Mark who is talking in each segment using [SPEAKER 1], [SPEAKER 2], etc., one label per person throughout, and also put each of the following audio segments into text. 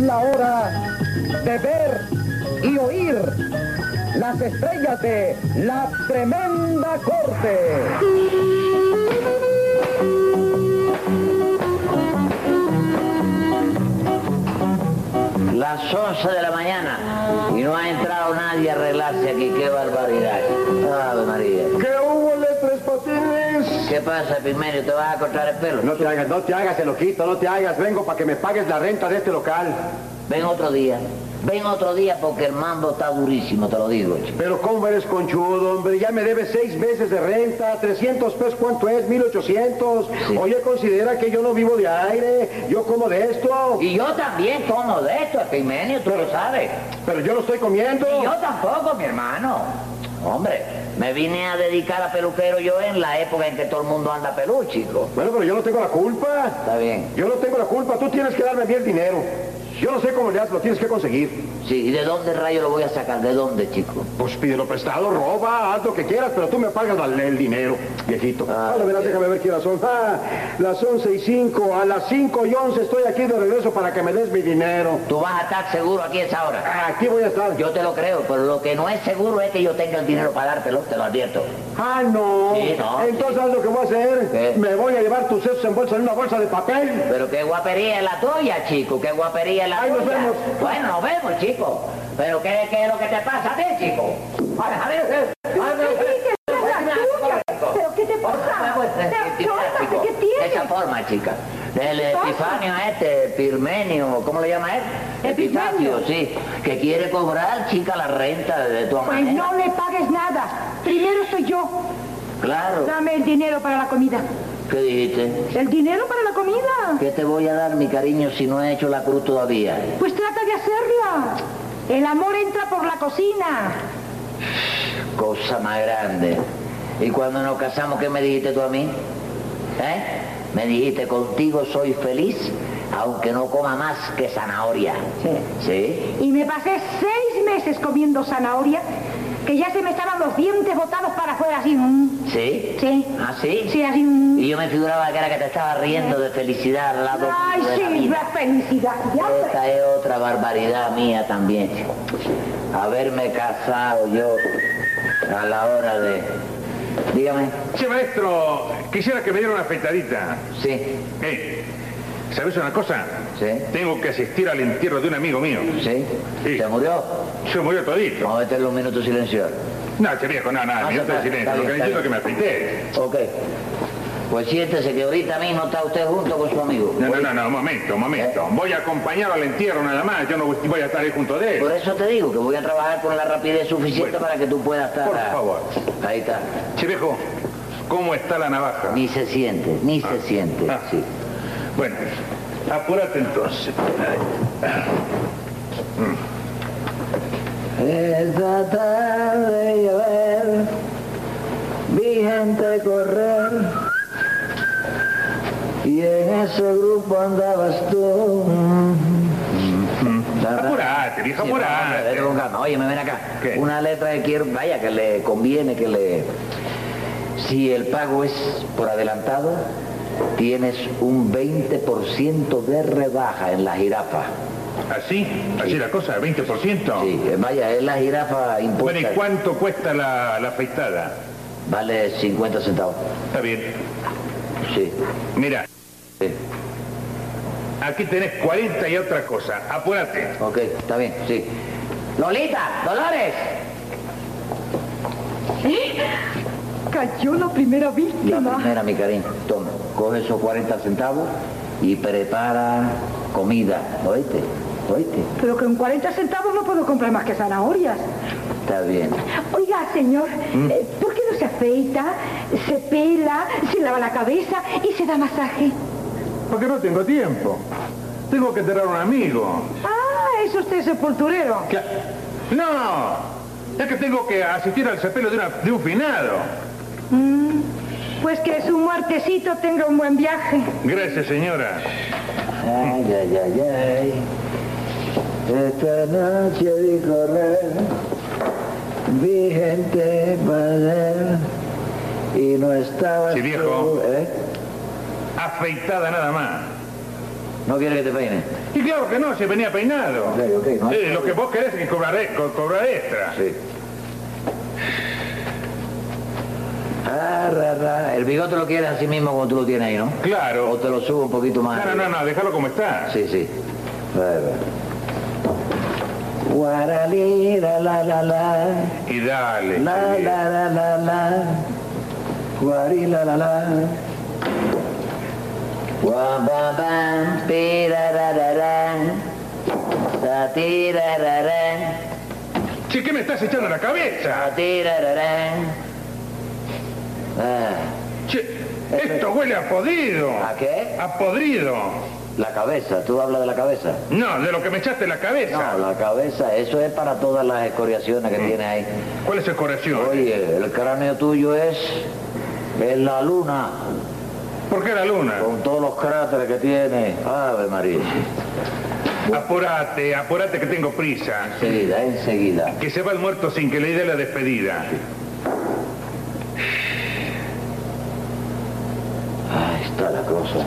[SPEAKER 1] la hora de ver y oír las estrellas de la tremenda corte.
[SPEAKER 2] Las 11 de la mañana y no ha entrado nadie a arreglarse aquí. ¡Qué barbaridad! ¡Ave María!
[SPEAKER 3] ¿Qué hubo, le tres patines?
[SPEAKER 2] ¿Qué pasa, Pimenio? ¿Te vas a cortar el pelo?
[SPEAKER 3] No te hagas, no te hagas, loquito, no te hagas. Vengo para que me pagues la renta de este local.
[SPEAKER 2] Ven otro día. Ven otro día porque el mambo está durísimo, te lo digo. chico.
[SPEAKER 3] Pero cómo eres conchudo, hombre. Ya me debes seis meses de renta, 300 pesos, ¿cuánto es? 1800.
[SPEAKER 2] Sí.
[SPEAKER 3] Oye, considera que yo no vivo de aire, yo como de esto.
[SPEAKER 2] Y yo también como de esto, Pimenio, tú lo sabes.
[SPEAKER 3] Pero yo lo estoy comiendo.
[SPEAKER 2] Y yo tampoco, mi hermano. Hombre, me vine a dedicar a peluquero yo en la época en que todo el mundo anda pelú, chico.
[SPEAKER 3] Bueno, pero yo no tengo la culpa.
[SPEAKER 2] Está bien.
[SPEAKER 3] Yo no tengo la culpa, tú tienes que darme a mí el dinero. Yo no sé cómo le haces, lo tienes que conseguir.
[SPEAKER 2] Sí, ¿y de dónde rayo lo voy a sacar? ¿De dónde, chico?
[SPEAKER 3] Pues pídelo prestado, roba, haz lo que quieras, pero tú me pagas la- el dinero, viejito.
[SPEAKER 2] Ah,
[SPEAKER 3] Ahora verás,
[SPEAKER 2] bien.
[SPEAKER 3] déjame ver qué horas son. Ah, las 11 y 5, a las 5 y 11 estoy aquí de regreso para que me des mi dinero.
[SPEAKER 2] Tú vas a estar seguro aquí a esa hora.
[SPEAKER 3] Aquí voy a estar.
[SPEAKER 2] Yo te lo creo, pero lo que no es seguro es que yo tenga el dinero para dártelo, te lo advierto.
[SPEAKER 3] Ah, no.
[SPEAKER 2] Sí, no,
[SPEAKER 3] Entonces, ¿sabes lo que voy a hacer?
[SPEAKER 2] ¿Qué?
[SPEAKER 3] Me voy a llevar tus sesos en bolsa en una bolsa de papel.
[SPEAKER 2] Pero qué guapería es la tuya, chico, qué guapería es la
[SPEAKER 3] Ay, nos
[SPEAKER 2] tuya.
[SPEAKER 3] vemos.
[SPEAKER 2] Bueno, nos vemos, chico. Pero qué, qué es lo que te pasa a ti, chico. Ay, a ver, eh, ay,
[SPEAKER 4] ¿Qué
[SPEAKER 2] no, eh,
[SPEAKER 4] dices?
[SPEAKER 2] no,
[SPEAKER 4] ¿Es la
[SPEAKER 2] no,
[SPEAKER 4] tuya?
[SPEAKER 2] no,
[SPEAKER 4] ¿Pero qué te
[SPEAKER 2] no,
[SPEAKER 4] pasa?
[SPEAKER 2] no, no,
[SPEAKER 4] Te
[SPEAKER 2] no,
[SPEAKER 4] aplómate,
[SPEAKER 2] no,
[SPEAKER 4] ¿qué tienes?
[SPEAKER 2] De esa forma, chica. Del
[SPEAKER 4] pasa?
[SPEAKER 2] Epifanio este, Pirmenio, ¿cómo le llama él?
[SPEAKER 4] Epifanio.
[SPEAKER 2] Epitafio, sí. Que quiere cobrar, chica, la renta de tu
[SPEAKER 4] Pues
[SPEAKER 2] manera.
[SPEAKER 4] no le pagues nada. Primero soy yo.
[SPEAKER 2] Claro.
[SPEAKER 4] Dame el dinero para la comida.
[SPEAKER 2] ¿Qué dijiste?
[SPEAKER 4] ¿El dinero para la comida?
[SPEAKER 2] ¿Qué te voy a dar, mi cariño, si no he hecho la cruz todavía?
[SPEAKER 4] Pues trata de hacerla. El amor entra por la cocina.
[SPEAKER 2] Cosa más grande. ¿Y cuando nos casamos, qué me dijiste tú a mí? ¿Eh? Me dijiste, contigo soy feliz, aunque no coma más que zanahoria.
[SPEAKER 4] Sí.
[SPEAKER 2] ¿Sí?
[SPEAKER 4] Y me pasé seis meses comiendo zanahoria que ya se me estaban los dientes botados para afuera así. mm.
[SPEAKER 2] ¿Sí?
[SPEAKER 4] Sí.
[SPEAKER 2] ¿Ah, sí?
[SPEAKER 4] Sí, así. mm.
[SPEAKER 2] Y yo me figuraba que era que te estaba riendo de felicidad al lado
[SPEAKER 4] Ay,
[SPEAKER 2] de la
[SPEAKER 4] sí,
[SPEAKER 2] vida.
[SPEAKER 4] la felicidad. Ya, hombre.
[SPEAKER 2] Esta es otra barbaridad mía también. chico. Haberme casado yo a la hora de... Dígame.
[SPEAKER 5] Che, maestro, quisiera que me diera una afeitadita.
[SPEAKER 2] Sí.
[SPEAKER 5] Eh, ¿sabes una cosa?
[SPEAKER 2] Sí.
[SPEAKER 5] Tengo que asistir al entierro de un amigo mío.
[SPEAKER 2] ¿Sí?
[SPEAKER 5] Sí.
[SPEAKER 2] ¿Se murió?
[SPEAKER 5] Se murió todito.
[SPEAKER 2] Vamos a meterle un minuto silencio.
[SPEAKER 5] No, che viejo, no, no,
[SPEAKER 2] Ah,
[SPEAKER 5] minuto de
[SPEAKER 2] está bien,
[SPEAKER 5] silencio.
[SPEAKER 2] está
[SPEAKER 5] Lo que
[SPEAKER 2] bien, está
[SPEAKER 5] necesito es que me afeité.
[SPEAKER 2] Ok. Pues siéntese que ahorita mismo está usted junto con su amigo.
[SPEAKER 5] No, no, no, no, un momento, un momento. Voy a acompañarlo al entierro nada más. Yo no voy a estar ahí junto de él.
[SPEAKER 2] Por eso te digo que voy a trabajar con la rapidez suficiente
[SPEAKER 5] Bueno.
[SPEAKER 2] para que tú puedas estar.
[SPEAKER 5] Por
[SPEAKER 2] a-
[SPEAKER 5] favor.
[SPEAKER 2] Ahí está.
[SPEAKER 5] Che viejo, ¿cómo está la navaja?
[SPEAKER 2] Ni se siente, ni se siente.
[SPEAKER 5] Ah.
[SPEAKER 2] Sí.
[SPEAKER 5] Bueno, apúrate entonces.
[SPEAKER 2] Esta tarde llover, vi gente correr y en ese grupo andabas tú.
[SPEAKER 5] Apurate, viejo,
[SPEAKER 2] Sí, vamos, hombre,
[SPEAKER 5] apurate.
[SPEAKER 2] vete con calma. Oye, me ven acá.
[SPEAKER 5] ¿Qué?
[SPEAKER 2] Una letra que quiero, vaya, que le conviene, que le... Si el pago es por adelantado, tienes un 20% de rebaja en la jirafa.
[SPEAKER 5] ¿Así? ¿Así la cosa? ¿20%?
[SPEAKER 2] Sí, eh, vaya, es la jirafa
[SPEAKER 5] Bueno, ¿y
[SPEAKER 2] impuesta.
[SPEAKER 5] cuánto cuesta la, la afeitada?
[SPEAKER 2] Vale 50 centavos.
[SPEAKER 5] Está bien.
[SPEAKER 2] Sí.
[SPEAKER 5] Mira,
[SPEAKER 2] sí.
[SPEAKER 5] aquí tenés 40 y otra cosa. Apúrate.
[SPEAKER 2] Ok, está bien, sí. Lolita, Dolores.
[SPEAKER 4] Cayó la primera
[SPEAKER 2] La
[SPEAKER 4] víctima.
[SPEAKER 2] primera, mi cariño. Toma, coge esos 40 centavos y prepara comida. ¿Oíste? ¿Oíste?
[SPEAKER 4] Pero con 40 centavos no puedo comprar más que zanahorias.
[SPEAKER 2] Está bien.
[SPEAKER 4] Oiga, señor, eh, ¿por qué no se afeita, se pela, se lava la cabeza y se da masaje?
[SPEAKER 5] Porque no tengo tiempo. Tengo que enterrar a un amigo.
[SPEAKER 4] Ah, es usted sepulturero.
[SPEAKER 5] ¿Qué? ¡No! Es que tengo que asistir al sepelio de, una- de un finado.
[SPEAKER 4] Pues que su muertecito tenga un buen viaje.
[SPEAKER 5] Gracias, señora.
[SPEAKER 2] Ay, ay, ay, ay. Esta noche vi correr, vi gente pasar y no estaba.
[SPEAKER 5] Sí, viejo.
[SPEAKER 2] ¿Eh?
[SPEAKER 5] Afeitada nada más.
[SPEAKER 2] ¿No quiere que te peine?
[SPEAKER 5] Y claro que no, se venía peinado.
[SPEAKER 2] Ok, ok, no hay
[SPEAKER 5] Sí, lo que vos querés es que cobrar, e- co- cobrar extra.
[SPEAKER 2] Sí. Ah, ra, ra. El bigote lo quieres así mismo como tú lo tienes ahí, ¿no? O
[SPEAKER 5] Claro.
[SPEAKER 2] te lo subo un poquito más.
[SPEAKER 5] No, no, no, no, déjalo como está.
[SPEAKER 2] Sí, sí. Ra, ra. Guaralí, la, la, la, la.
[SPEAKER 5] Y dale.
[SPEAKER 2] La,
[SPEAKER 5] sí.
[SPEAKER 2] la, la, la, la. Guarí, la, la, la. Guam, bam, bam, pi, ra, ra, ra, ra. Sa, ti, ra, ra, ra.
[SPEAKER 5] Che, ¿qué me estás echando a la cabeza?
[SPEAKER 2] Ti, ra, ra, ra. Ah,
[SPEAKER 5] Che, esto huele a podrido.
[SPEAKER 2] ¿A qué?
[SPEAKER 5] A podrido.
[SPEAKER 2] la cabeza, tú hablas de la cabeza.
[SPEAKER 5] No, de lo que me echaste en la cabeza.
[SPEAKER 2] No, la cabeza, eso es para todas las escoriaciones que tienes ahí.
[SPEAKER 5] ¿Cuál es el corazón?
[SPEAKER 2] Oye, el cráneo tuyo es. es la luna,
[SPEAKER 5] ¿Por qué la luna?
[SPEAKER 2] con todos los cráteres que tiene. Ave María.
[SPEAKER 5] Apurate, apurate que tengo prisa.
[SPEAKER 2] Enseguida, enseguida.
[SPEAKER 5] Que se va el muerto sin que le dé la despedida.
[SPEAKER 2] Ahí está la cosa.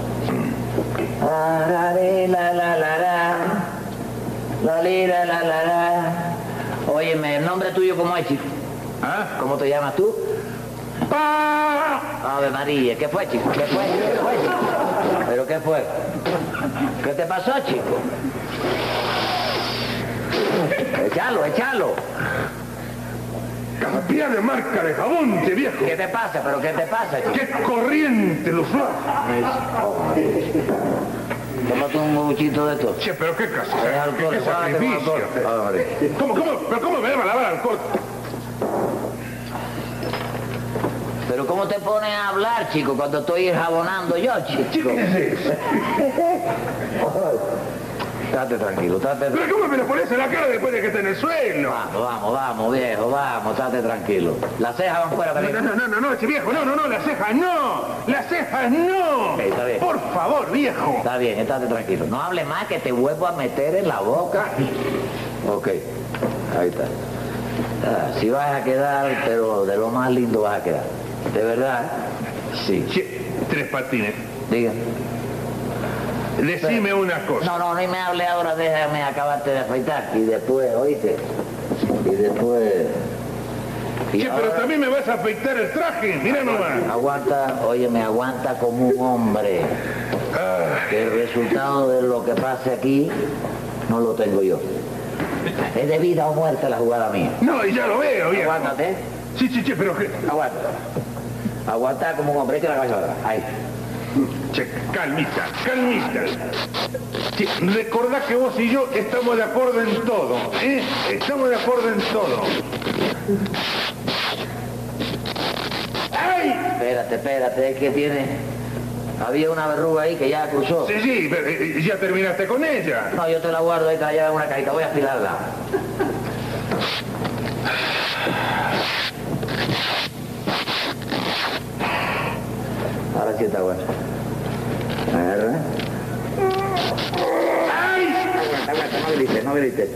[SPEAKER 2] Arare, la, la, la, la. La, li, la, la, la, la. Óyeme, ¿el nombre tuyo cómo es, chico?
[SPEAKER 5] ¿Ah?
[SPEAKER 2] ¿Cómo te llamas tú?
[SPEAKER 5] ¡Pa!
[SPEAKER 2] Ave María, ¿qué fue, chico? ¿Qué fue? ¿Qué fue, chico? ¿Pero qué fue? ¿Qué te pasó, chico? Echalo, echalo.
[SPEAKER 5] Campear de marca de jabón, te viejo.
[SPEAKER 2] ¿Qué te pasa? ¿Pero qué te pasa, chico?
[SPEAKER 5] ¡Qué corriente, Duflo!
[SPEAKER 2] Tómate un buchito de esto.
[SPEAKER 5] Che, pero qué caso,
[SPEAKER 2] Es alcohol,
[SPEAKER 5] qué
[SPEAKER 2] guárdate con
[SPEAKER 5] sacrificio.
[SPEAKER 2] alcohol. Ave María.
[SPEAKER 5] ¿Cómo, cómo? ¿Pero cómo me va a lavar alcohol?
[SPEAKER 2] Pero ¿cómo te pones a hablar, chico, cuando estoy jabonando yo, chico?
[SPEAKER 5] ¿Qué es eso?
[SPEAKER 2] Estate tranquilo, estate tranquilo.
[SPEAKER 5] ¿Pero cómo me lo pones en la cara después de que esté en el suelo?
[SPEAKER 2] Vamos, vamos, vamos, viejo, vamos, estate tranquilo. Las cejas van fuera
[SPEAKER 5] No,
[SPEAKER 2] también.
[SPEAKER 5] no, no, no, no, che, viejo, no, no, no, las cejas no, las cejas no.
[SPEAKER 2] Está bien.
[SPEAKER 5] Por favor, viejo.
[SPEAKER 2] Está bien, estate tranquilo. No hable más que te vuelvo a meter en la boca.
[SPEAKER 5] Ah,
[SPEAKER 2] Ok, ahí está. si vas a quedar, pero de lo más lindo vas a quedar. ¿De verdad? Sí.
[SPEAKER 5] Che, tres patines.
[SPEAKER 2] Diga.
[SPEAKER 5] Decime una cosa.
[SPEAKER 2] No, no, no me hable ahora, déjame acabarte de afeitar. Y después, oíste. Y después. Y
[SPEAKER 5] Che, pero
[SPEAKER 2] ahora- Ah,
[SPEAKER 5] también me vas a afeitar el traje. Mira nomás.
[SPEAKER 2] Aguanta, oye, me aguanta como un hombre. Que el resultado de lo que pase aquí no lo tengo yo. Es de vida o muerte la jugada mía.
[SPEAKER 5] No, y ya lo veo, viejo.
[SPEAKER 2] Aguántate,
[SPEAKER 5] Sí, sí, che, pero que...
[SPEAKER 2] aguanta. Aguanta como un hombre, que la cabeza ahora. Ahí.
[SPEAKER 5] Che, calmita, calmita. Che, recordá que vos y yo estamos de acuerdo en todo, ¿eh? Estamos de acuerdo en todo. ¡Ay!
[SPEAKER 2] Espérate, espérate, es que tiene. Había una verruga ahí que ya cruzó.
[SPEAKER 5] Sí, sí, pero, eh, ya terminaste con ella.
[SPEAKER 2] No, yo te la guardo ahí, te la llevo en una cajita, voy a afilarla. Ahora sí está bueno. ¿eh? Agarra.
[SPEAKER 5] ¡Ay!
[SPEAKER 2] Aguanta, no grites, no grites.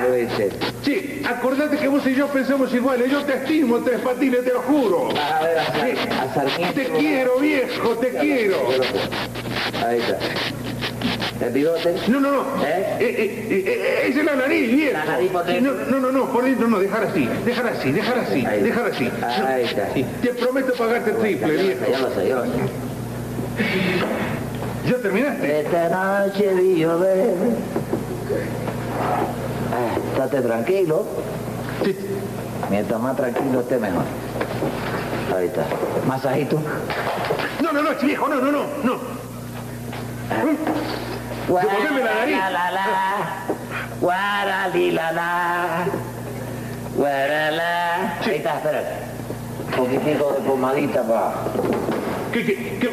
[SPEAKER 2] No grites.
[SPEAKER 5] Che, acordate que vos y yo pensamos iguales. Yo te estimo, tres patines, te lo juro.
[SPEAKER 2] Vas a ver a, Sar- a Sarmiento.
[SPEAKER 5] Te quiero, viejo, te quiero.
[SPEAKER 2] Ahí está. El bigote.
[SPEAKER 5] No, no, no.
[SPEAKER 2] ¿Eh?
[SPEAKER 5] Eh, eh, eh, eh, es en la nariz, viejo.
[SPEAKER 2] La nariz por dentro.
[SPEAKER 5] No, no, no, no, por dentro no, dejar así, dejar así, dejar así,
[SPEAKER 2] Ahí.
[SPEAKER 5] dejar así.
[SPEAKER 2] Ahí está.
[SPEAKER 5] Sí, Te prometo pagarte triple, viejo.
[SPEAKER 2] Ya lo sé, ya lo sé.
[SPEAKER 5] ¿Ya terminaste?
[SPEAKER 2] Esta noche vi llover. Ah, estate tranquilo.
[SPEAKER 5] Sí.
[SPEAKER 2] Mientras más tranquilo esté mejor. Ahí está. Masajito.
[SPEAKER 5] No, no, no, che, viejo, no, no, no, no. Devolveme la nariz.
[SPEAKER 2] La, la, la. Guarali, la, la. Guarala. Ahí está, espérate. Un poquitico de pomadita para...
[SPEAKER 5] ¿Qué, qué, qué?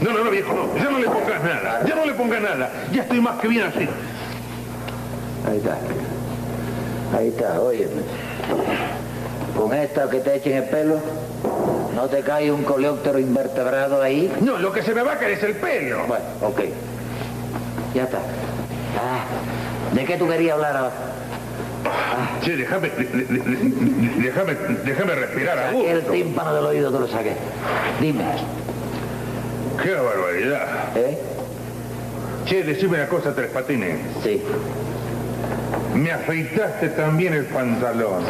[SPEAKER 5] No, no, no, viejo, no. Ya no le pongas nada, ya no le pongas nada. Ya estoy más que bien así.
[SPEAKER 2] Ahí está. Ahí está, óyeme. Con esta que te echen el pelo, no te cae un coleóptero invertebrado ahí.
[SPEAKER 5] No, lo que se me va a caer es el pelo.
[SPEAKER 2] Bueno, ok. Ya está. Ah, ¿de qué tú querías hablar ahora?
[SPEAKER 5] Che, déjame, de- de- de- de- déjame, déjame respirar a
[SPEAKER 2] Saqué el
[SPEAKER 5] gusto.
[SPEAKER 2] tímpano del oído te lo saqué. Dime,
[SPEAKER 5] Qué barbaridad.
[SPEAKER 2] ¿eh?
[SPEAKER 5] Che, decime una cosa, Tres Patines.
[SPEAKER 2] Sí.
[SPEAKER 5] Me afeitaste también el pantalón.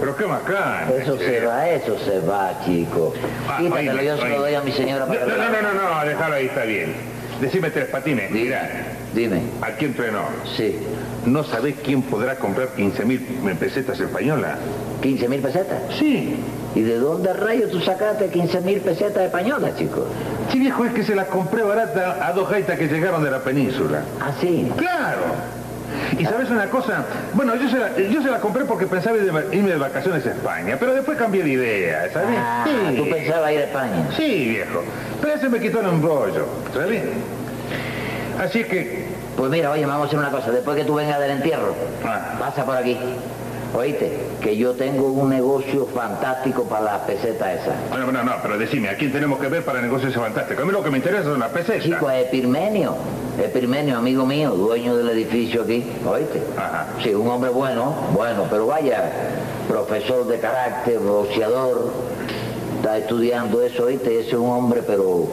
[SPEAKER 5] Pero qué macán.
[SPEAKER 2] Eso se
[SPEAKER 5] che.
[SPEAKER 2] va, eso se va, chico.
[SPEAKER 5] Ah,
[SPEAKER 2] Quítatelo,
[SPEAKER 5] oíla,
[SPEAKER 2] yo se lo
[SPEAKER 5] oíla.
[SPEAKER 2] doy a mi señora
[SPEAKER 5] No,
[SPEAKER 2] para que
[SPEAKER 5] no,
[SPEAKER 2] lo
[SPEAKER 5] no,
[SPEAKER 2] lave.
[SPEAKER 5] no, no, déjalo ahí, está bien. Decime Tres Patines,
[SPEAKER 2] Dime,
[SPEAKER 5] mirá,
[SPEAKER 2] dime.
[SPEAKER 5] aquí entrenó.
[SPEAKER 2] Sí.
[SPEAKER 5] ¿No sabés quién podrá comprar 15 mil pesetas españolas?
[SPEAKER 2] 15 mil pesetas.
[SPEAKER 5] Sí.
[SPEAKER 2] ¿Y de dónde rayos tú sacaste 15 mil pesetas españolas, chico?
[SPEAKER 5] Sí, viejo, es que se las compré barata a dos gaitas que llegaron de la península.
[SPEAKER 2] Ah, sí.
[SPEAKER 5] ¡Claro! ¿Y sabes una cosa? Bueno, yo se, la, yo se la compré porque pensaba ir de va- irme de vacaciones a España, pero después cambié de idea, ¿sabes?
[SPEAKER 2] Ah,
[SPEAKER 5] sí.
[SPEAKER 2] tú pensabas ir a España.
[SPEAKER 5] Sí, viejo. Pero se me quitó el embrollo, ¿sabes? Así es que...
[SPEAKER 2] Pues mira, oye, vamos a hacer una cosa. Después que tú vengas del entierro,
[SPEAKER 5] Ah.
[SPEAKER 2] pasa por aquí. Oíste, que yo tengo un negocio fantástico para las pesetas esas.
[SPEAKER 5] Bueno, no, no, pero decime, ¿a quién tenemos que ver para negocios fantásticos? A mí lo que me interesa son las pesetas.
[SPEAKER 2] Chico, es Epirmenio. Epirmenio, amigo mío, dueño del edificio aquí. ¿Oíste?
[SPEAKER 5] Ajá.
[SPEAKER 2] Sí, un hombre bueno, bueno, pero vaya, profesor de carácter, boxeador. Está estudiando eso, ¿oíste? Ese es un hombre, pero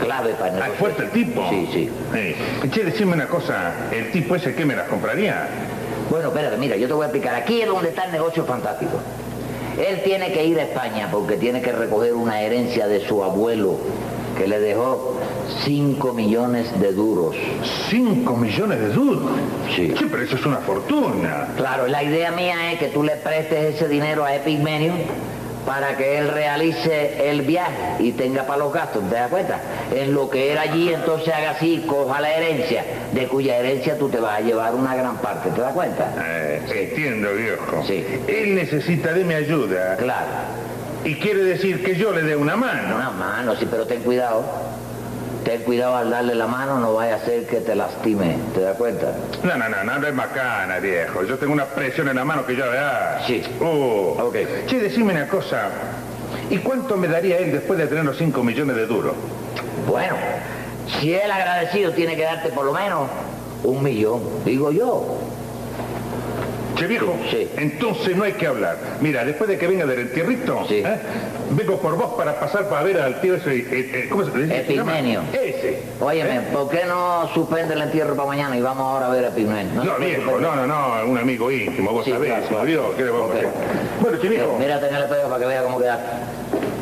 [SPEAKER 2] clave para el
[SPEAKER 5] Ah,
[SPEAKER 2] negocio.
[SPEAKER 5] es fuerte el tipo.
[SPEAKER 2] Sí, sí.
[SPEAKER 5] Eh, Che, decime una cosa, ¿el tipo ese qué me las compraría?
[SPEAKER 2] Bueno, espérate, mira, yo te voy a explicar. Aquí es donde está el negocio fantástico. Él tiene que ir a España porque tiene que recoger una herencia de su abuelo que le dejó 5 millones de duros.
[SPEAKER 5] Cinco millones de duros.
[SPEAKER 2] Sí.
[SPEAKER 5] Che, pero eso es una fortuna.
[SPEAKER 2] Claro, la idea mía es que tú le prestes ese dinero a Epigmenio para que él realice el viaje y tenga para los gastos, ¿te das cuenta? En lo que era allí, entonces haga así, coja la herencia, de cuya herencia tú te vas a llevar una gran parte, ¿te das cuenta?
[SPEAKER 5] Eh, Entiendo, viejo.
[SPEAKER 2] Sí.
[SPEAKER 5] Él necesita de mi ayuda
[SPEAKER 2] Claro.
[SPEAKER 5] y quiere decir que yo le dé una mano.
[SPEAKER 2] Una mano, sí, pero ten cuidado. Ten cuidado al darle la mano, no vaya a ser que te lastime. ¿Te das cuenta?
[SPEAKER 5] No, no, no, no, no es macana, viejo. Yo tengo una presión en la mano que ya verás.
[SPEAKER 2] Sí.
[SPEAKER 5] Oh.
[SPEAKER 2] Ok.
[SPEAKER 5] Che, decime una cosa. ¿Y cuánto me daría él después de tener los cinco millones de duros?
[SPEAKER 2] Bueno, si él agradecido tiene que darte por lo menos un millón, digo yo.
[SPEAKER 5] Che, viejo,
[SPEAKER 2] Sí.
[SPEAKER 5] entonces no hay que hablar. Mira, después de que venga del entierrito,
[SPEAKER 2] Sí.
[SPEAKER 5] ¿eh? vengo por vos para pasar para ver al tío ese... eh, eh, ¿Cómo se le dice?
[SPEAKER 2] Epigmenio.
[SPEAKER 5] Ese.
[SPEAKER 2] Óyeme,
[SPEAKER 5] ¿Eh?
[SPEAKER 2] ¿por qué no suspende el entierro para mañana y vamos ahora a ver a Pigmen?
[SPEAKER 5] No, viejo, no, no, no, un amigo íntimo, vos
[SPEAKER 2] Sí,
[SPEAKER 5] sabés,
[SPEAKER 2] claro, claro.
[SPEAKER 5] Dios, ¿qué le vamos a hacer?
[SPEAKER 2] Ok.
[SPEAKER 5] Bueno, che, viejo.
[SPEAKER 2] Mírate en Eh, el espejo para que vea cómo quedas.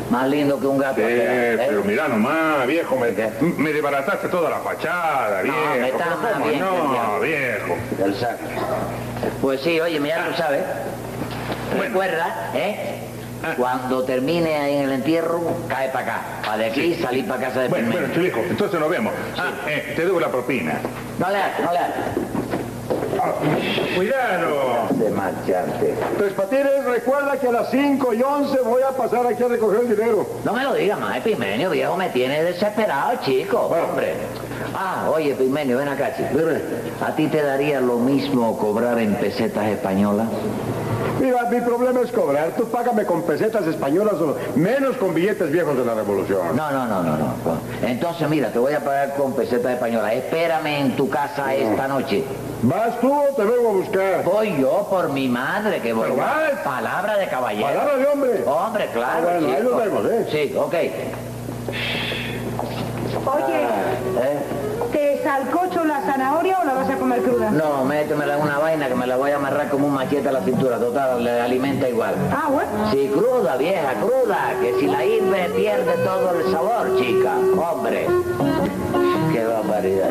[SPEAKER 2] Más lindo que un gato.
[SPEAKER 5] Eh,
[SPEAKER 2] ¿eh?
[SPEAKER 5] pero mirá nomás, viejo, me,
[SPEAKER 2] ¿Qué?
[SPEAKER 5] me desbarataste toda la fachada, viejo.
[SPEAKER 2] me está
[SPEAKER 5] pero
[SPEAKER 2] más
[SPEAKER 5] ¿cómo
[SPEAKER 2] bien,
[SPEAKER 5] no, viejo.
[SPEAKER 2] Del saco. Pues sí, oye, ya tú sabes.
[SPEAKER 5] Bueno.
[SPEAKER 2] Recuerda, ¿eh?
[SPEAKER 5] Ah.
[SPEAKER 2] Cuando termine ahí en el entierro, cae para acá. Para de aquí salir para casa de
[SPEAKER 5] Bueno,
[SPEAKER 2] Pigmenio.
[SPEAKER 5] bueno, che, viejo, entonces nos vemos. Ah, eh, te debo la propina.
[SPEAKER 2] No le hagas, no le hagas.
[SPEAKER 5] Cuidado.
[SPEAKER 2] De marcharte.
[SPEAKER 3] Tres Patines, recuerda que a las 5 y 11 voy a pasar aquí a recoger el dinero.
[SPEAKER 2] No me lo digas más, Epimenio, viejo, me tiene desesperado, chico, hombre. Ah, oye, Epimenio, ven acá, chico. ¿A ti te daría lo mismo cobrar en pesetas españolas?
[SPEAKER 3] Mira, mi problema es cobrar. Tú págame con pesetas españolas o menos con billetes viejos de la revolución.
[SPEAKER 2] No, no, no, no, no. Entonces, mira, te voy a pagar con pesetas españolas. Espérame en tu casa esta noche.
[SPEAKER 3] ¿Vas tú o te vengo a buscar?
[SPEAKER 2] Voy yo por mi madre, que voy.
[SPEAKER 3] Pero va.
[SPEAKER 2] Palabra de caballero.
[SPEAKER 3] Palabra de hombre.
[SPEAKER 2] Hombre, claro.
[SPEAKER 3] Ah, bueno, ahí
[SPEAKER 2] chico.
[SPEAKER 3] nos vemos, ¿eh?
[SPEAKER 2] Sí, ok.
[SPEAKER 4] Oye,
[SPEAKER 2] ¿Eh?
[SPEAKER 4] ¿te salcocho la zanahoria o la vas a comer cruda?
[SPEAKER 2] No, métemela en una vaina que me la voy a amarrar como un machete a la cintura. Total, le alimenta igual.
[SPEAKER 4] Ah, bueno.
[SPEAKER 2] Sí, cruda, vieja, cruda, que si la hirve pierde todo el sabor, chica. Hombre, qué barbaridad.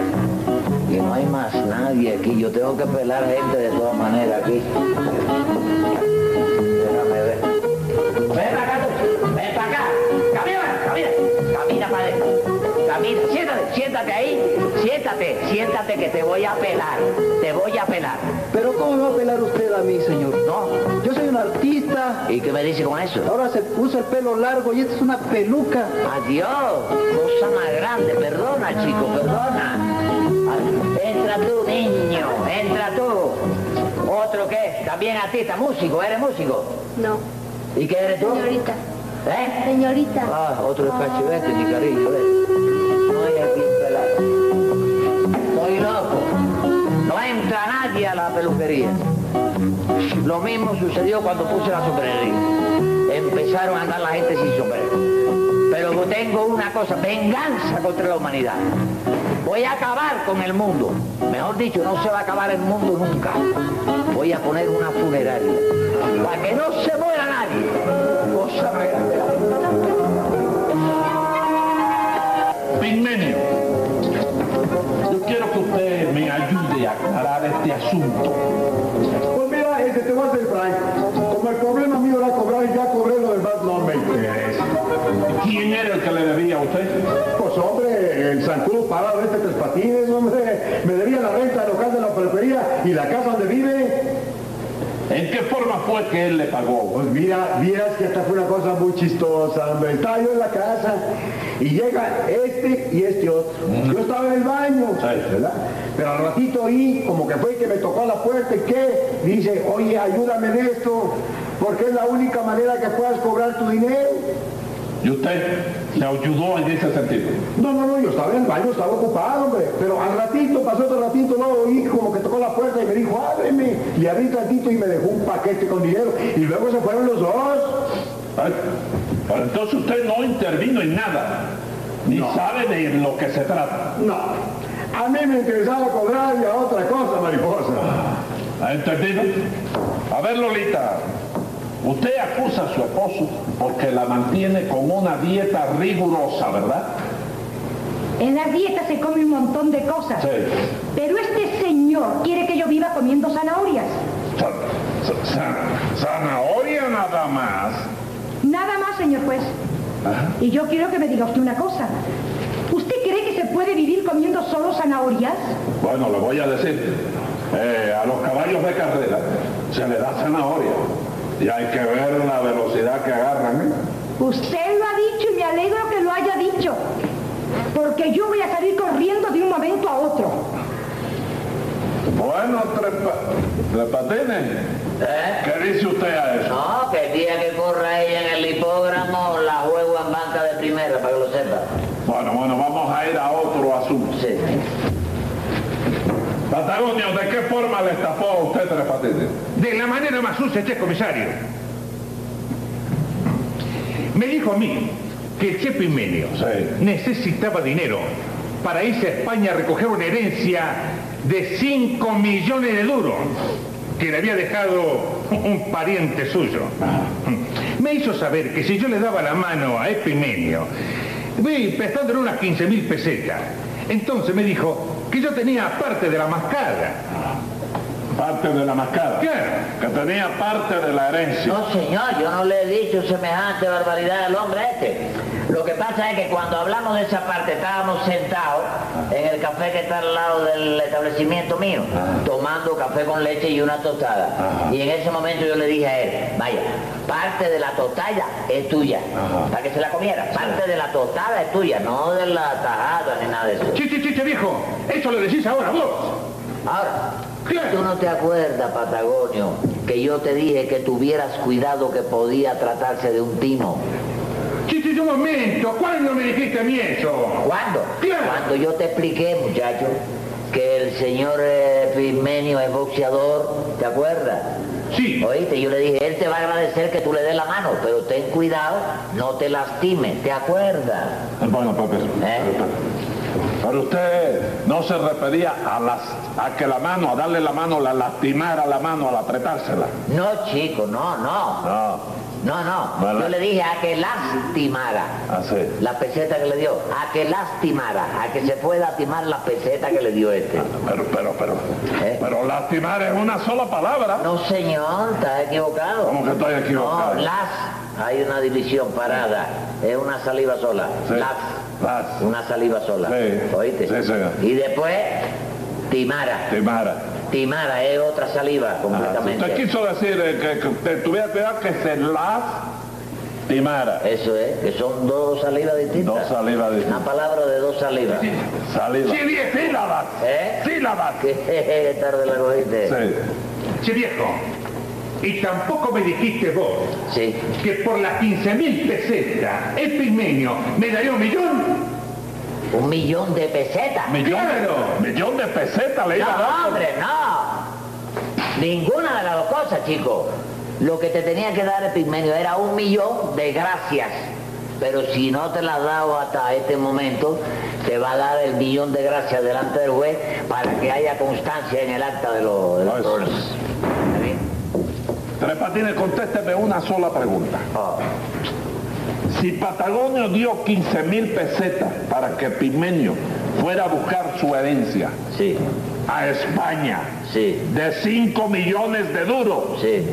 [SPEAKER 2] Y no hay más nadie aquí. Yo tengo que pelar gente de todas maneras aquí. Déjame ver. Ven para acá, tú. ven para acá. Camina, camina, camina para adentro. Camina, siéntate, siéntate ahí. Siéntate, siéntate que te voy a pelar. Te voy a pelar.
[SPEAKER 6] Pero ¿cómo me va a apelar usted a mí, señor?
[SPEAKER 2] ¿No?
[SPEAKER 6] Yo soy un artista.
[SPEAKER 2] ¿Y qué me dice con eso?
[SPEAKER 6] Ahora se puso el pelo largo y esta es una peluca.
[SPEAKER 2] Adiós, cosa más grande, perdona chico, perdona. Ay, Entra tú, niño, entra tú. Otro que es, también artista, músico, ¿eres músico?
[SPEAKER 7] No,
[SPEAKER 2] ¿Y qué eres tú?
[SPEAKER 7] señorita,
[SPEAKER 2] ¿Eh?
[SPEAKER 7] señorita.
[SPEAKER 2] Ah, otro espacio este, mi cariño, ¿ves? No hay aquí pelado. Estoy loco. No entra nadie a la peluquería. Lo mismo sucedió cuando puse la sombrería. Empezaron a andar la gente sin sombrero. Pero tengo una cosa, venganza contra la humanidad. Voy a acabar con el mundo. Mejor dicho, no se va a acabar el mundo nunca. Voy a poner una funeraria. Para que no se muera nadie. Cosa más grande.
[SPEAKER 7] Pigmenio, yo quiero que usted me ayude a aclarar este asunto.
[SPEAKER 3] Pues mira, este te voy a ser franco. Como el problema mío era cobrar y ya cobré lo del Batman 20.
[SPEAKER 7] ¿Quién era el que le debía a usted?
[SPEAKER 3] Pues hombre, el zancudo parado este tres patines, hombre. Me debía la renta local de la peluquería y la casa donde vive.
[SPEAKER 7] ¿En qué forma fue que él le pagó?
[SPEAKER 3] Pues mira, vieras que esta fue una cosa muy chistosa, hombre. Estaba yo en la casa y llega este y este otro. Yo estaba en el baño,
[SPEAKER 7] Sí.
[SPEAKER 3] ¿verdad? Pero al ratito oí, como que fue que me tocó la puerta y que dice, oye, ayúdame en esto, porque es la única manera que puedas cobrar tu dinero.
[SPEAKER 7] ¿Y usted le ayudó en ese sentido?
[SPEAKER 3] No, no, no, yo estaba en el baño, estaba ocupado, hombre. Pero al ratito, pasó otro ratito, no oí como que tocó la puerta y me dijo, ábreme. Y abrí tantito y me dejó un paquete con dinero. Y luego se fueron los dos.
[SPEAKER 7] Ay, ¿Eh? Pero entonces usted no intervino en nada, ni sabe de lo que se trata.
[SPEAKER 3] No, a mí me interesaba cobrar y a otra cosa, mariposa.
[SPEAKER 7] ¿Ha entendido? A ver, Lolita, usted acusa a su esposo porque la mantiene con una dieta rigurosa, ¿verdad?
[SPEAKER 4] En la dieta se come un montón de cosas.
[SPEAKER 7] Sí.
[SPEAKER 4] Pero este señor quiere que yo viva comiendo zanahorias.
[SPEAKER 7] Sa- sa- sa- Zanahoria nada más.
[SPEAKER 4] Nada más, señor juez. Y yo quiero que me diga usted una cosa. ¿Usted cree que se puede vivir comiendo solo zanahorias?
[SPEAKER 7] Bueno, le voy a decir, eh, a los caballos de carrera se le da zanahoria y hay que ver la velocidad que agarran. ¿eh?
[SPEAKER 4] Usted lo ha dicho y me alegro que lo haya dicho. Porque yo voy a salir corriendo de un momento a otro.
[SPEAKER 7] Bueno, tres, pa- Tres patines,
[SPEAKER 2] ¿Eh?
[SPEAKER 7] ¿qué dice usted a eso?
[SPEAKER 2] No, que el día que corra ella en el hipógramo la juego en banca de primera, para que lo sepa.
[SPEAKER 7] Bueno, bueno, vamos a ir a otro asunto.
[SPEAKER 2] Sí.
[SPEAKER 7] Patagonio, ¿de qué forma le estafó a usted Tres Patines?
[SPEAKER 5] De la manera más sucia, che comisario. Me dijo a mí que el Che Pimenio
[SPEAKER 7] Sí.
[SPEAKER 5] necesitaba dinero para irse a España a recoger una herencia de 5 millones de duros que le había dejado un pariente suyo. Me hizo saber que si yo le daba la mano a Epimenio, vi prestándole unas 15 mil pesetas. Entonces me dijo que yo tenía parte de la mascada.
[SPEAKER 7] Parte de la mascada.
[SPEAKER 5] Claro.
[SPEAKER 7] Que tenía parte de la herencia.
[SPEAKER 2] No, señor, yo no le he dicho semejante barbaridad al hombre este. Lo que pasa es que cuando hablamos de esa parte estábamos sentados en el café que está al lado del establecimiento mío, tomando café con leche y una tostada. Y en ese momento yo le dije a él, vaya, parte de la tostada es tuya, para que se la comiera. Parte de la tostada es tuya, no de la tajada ni nada de eso.
[SPEAKER 5] Che, che, che, che, viejo, eso lo decís ahora vos.
[SPEAKER 2] Ahora,
[SPEAKER 5] Claro.
[SPEAKER 2] tú no te acuerdas, Patagonio, que yo te dije que tuvieras cuidado que podía tratarse de un tino.
[SPEAKER 5] Che, che, un momento, ¿cuándo me dijiste a mí eso?
[SPEAKER 2] ¿Cuándo?
[SPEAKER 5] Claro.
[SPEAKER 2] Cuando yo te expliqué, muchacho, que el señor eh, Pigmenio es boxeador, ¿te acuerdas?
[SPEAKER 5] Sí.
[SPEAKER 2] Oíste, yo le dije, él te va a agradecer que tú le des la mano, pero ten cuidado, no te lastimes, ¿te acuerdas?
[SPEAKER 7] Bueno, Pepe.
[SPEAKER 2] ¿Eh?
[SPEAKER 7] Pero usted no se refería a las a que la mano, a darle la mano, la lastimara la mano, al apretársela. Ah,
[SPEAKER 2] No, chico, no, no.
[SPEAKER 7] No,
[SPEAKER 2] No, no.
[SPEAKER 7] ¿Verdad?
[SPEAKER 2] Yo le dije a que lastimara.
[SPEAKER 7] así.
[SPEAKER 2] La peseta que le dio, a que lastimara, a que se pueda timar la peseta que le dio este.
[SPEAKER 7] Pero, pero, pero.
[SPEAKER 2] ¿Eh?
[SPEAKER 7] Pero lastimar es una sola palabra.
[SPEAKER 2] No, señor, estás equivocado.
[SPEAKER 7] ¿Cómo que estoy equivocado?
[SPEAKER 2] No, las. Hay una división parada. Es una saliva sola.
[SPEAKER 7] Sí.
[SPEAKER 2] Las.
[SPEAKER 7] Las.
[SPEAKER 2] Una saliva sola.
[SPEAKER 7] Sí.
[SPEAKER 2] ¿Oíste?
[SPEAKER 7] Sí, señor.
[SPEAKER 2] Y después, timara.
[SPEAKER 7] Lastimara.
[SPEAKER 2] Timara es otra saliva
[SPEAKER 7] Ah,
[SPEAKER 2] completamente.
[SPEAKER 7] Usted quiso decir eh, que, que usted tuviera cuidado que se lastimara.
[SPEAKER 2] Eso es, que son dos salivas distintas.
[SPEAKER 7] Dos salivas distintas.
[SPEAKER 2] Una palabra de dos salivas.
[SPEAKER 7] Saliva.
[SPEAKER 5] Sí, viejo.
[SPEAKER 7] Sílabas.
[SPEAKER 2] ¿Eh?
[SPEAKER 7] Sílabas.
[SPEAKER 2] Qué tarde la cogiste.
[SPEAKER 7] Sí.
[SPEAKER 5] Che, viejo, y tampoco me dijiste vos
[SPEAKER 2] Sí.
[SPEAKER 5] que por las 15 mil pesetas el pigmenio me daría un millón.
[SPEAKER 2] Un millón de pesetas.
[SPEAKER 7] Millón,
[SPEAKER 5] Claro.
[SPEAKER 7] millón de pesetas le iba a dar.
[SPEAKER 2] No, hombre, no. Ninguna de las dos cosas, chico. Lo que te tenía que dar el pigmenio era un millón de gracias. Pero si no te las dado hasta este momento, se va a dar el millón de gracias delante del juez para que haya constancia en el acta de los de los
[SPEAKER 5] Eso.
[SPEAKER 2] honores. ¿Está bien?
[SPEAKER 5] Tres Patines, contésteme una sola pregunta.
[SPEAKER 2] Oh,
[SPEAKER 5] Si Patagonio dio 15 mil pesetas para que Pigmenio fuera a buscar su herencia
[SPEAKER 2] sí,
[SPEAKER 5] a España
[SPEAKER 2] sí,
[SPEAKER 5] de 5 millones de duros,
[SPEAKER 2] sí.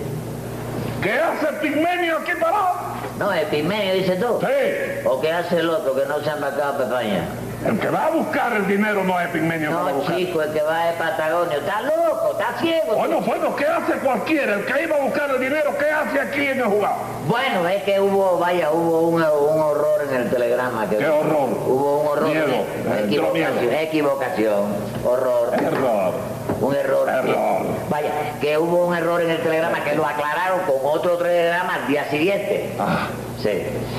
[SPEAKER 5] ¿qué hace Pigmenio aquí parado?
[SPEAKER 2] No, Epimenio dice tú.
[SPEAKER 5] Sí,
[SPEAKER 2] ¿O qué hace el otro que no se ha embarcado a España?
[SPEAKER 5] el que va a buscar el dinero no es Pigmenio. que va a
[SPEAKER 2] No,
[SPEAKER 5] buscar. Oh,
[SPEAKER 2] chico, el que va es Patagonio. ¿Está loco? ¿Está ciego?
[SPEAKER 5] Bueno, bueno, ¿qué hace cualquiera? El que iba a buscar el dinero, ¿qué hace aquí en el jugado?
[SPEAKER 2] Bueno, es que hubo, vaya, hubo un, un horror en el telegrama. Que
[SPEAKER 5] ¿Qué horror?
[SPEAKER 2] Hubo un horror.
[SPEAKER 5] Miedo, eh,
[SPEAKER 2] Una
[SPEAKER 5] entró miedo.
[SPEAKER 2] equivocación, equivocación, horror,
[SPEAKER 5] Error.
[SPEAKER 2] un error.
[SPEAKER 5] Error.
[SPEAKER 2] Vaya, que hubo un error en el telegrama que lo aclararon con otro telegrama al día siguiente.
[SPEAKER 5] Ah,
[SPEAKER 2] Sí.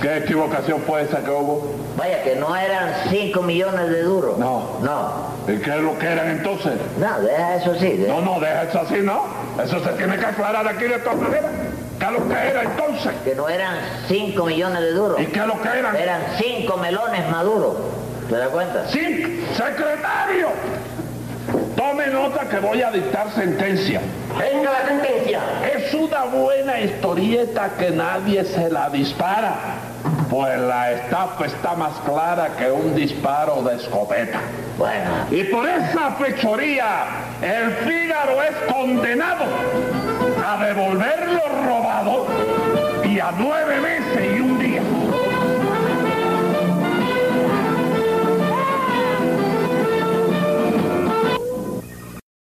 [SPEAKER 5] ¿Qué equivocación fue esa que hubo?
[SPEAKER 2] Vaya, que no eran 5 millones de duros.
[SPEAKER 5] No.
[SPEAKER 2] No.
[SPEAKER 5] ¿Y qué es lo que eran entonces?
[SPEAKER 2] No, deja eso sí. de-
[SPEAKER 5] No, no, deja eso así, ¿no? Eso se tiene que aclarar aquí de todas maneras. ¿Qué es lo que era entonces?
[SPEAKER 2] Que no eran 5 millones de duros.
[SPEAKER 5] ¿Y qué es lo que eran?
[SPEAKER 2] Eran 5 melones maduros. ¿Te das cuenta?
[SPEAKER 5] ¡Sí, secretario! Tome nota que voy a dictar sentencia.
[SPEAKER 2] Venga la sentencia.
[SPEAKER 5] Es una buena historieta que nadie se la dispara, pues la estafa está más clara que un disparo de escopeta.
[SPEAKER 2] Bueno.
[SPEAKER 5] Y por esa fechoría, el Fígaro es condenado a devolver lo robado y a nueve meses y un día.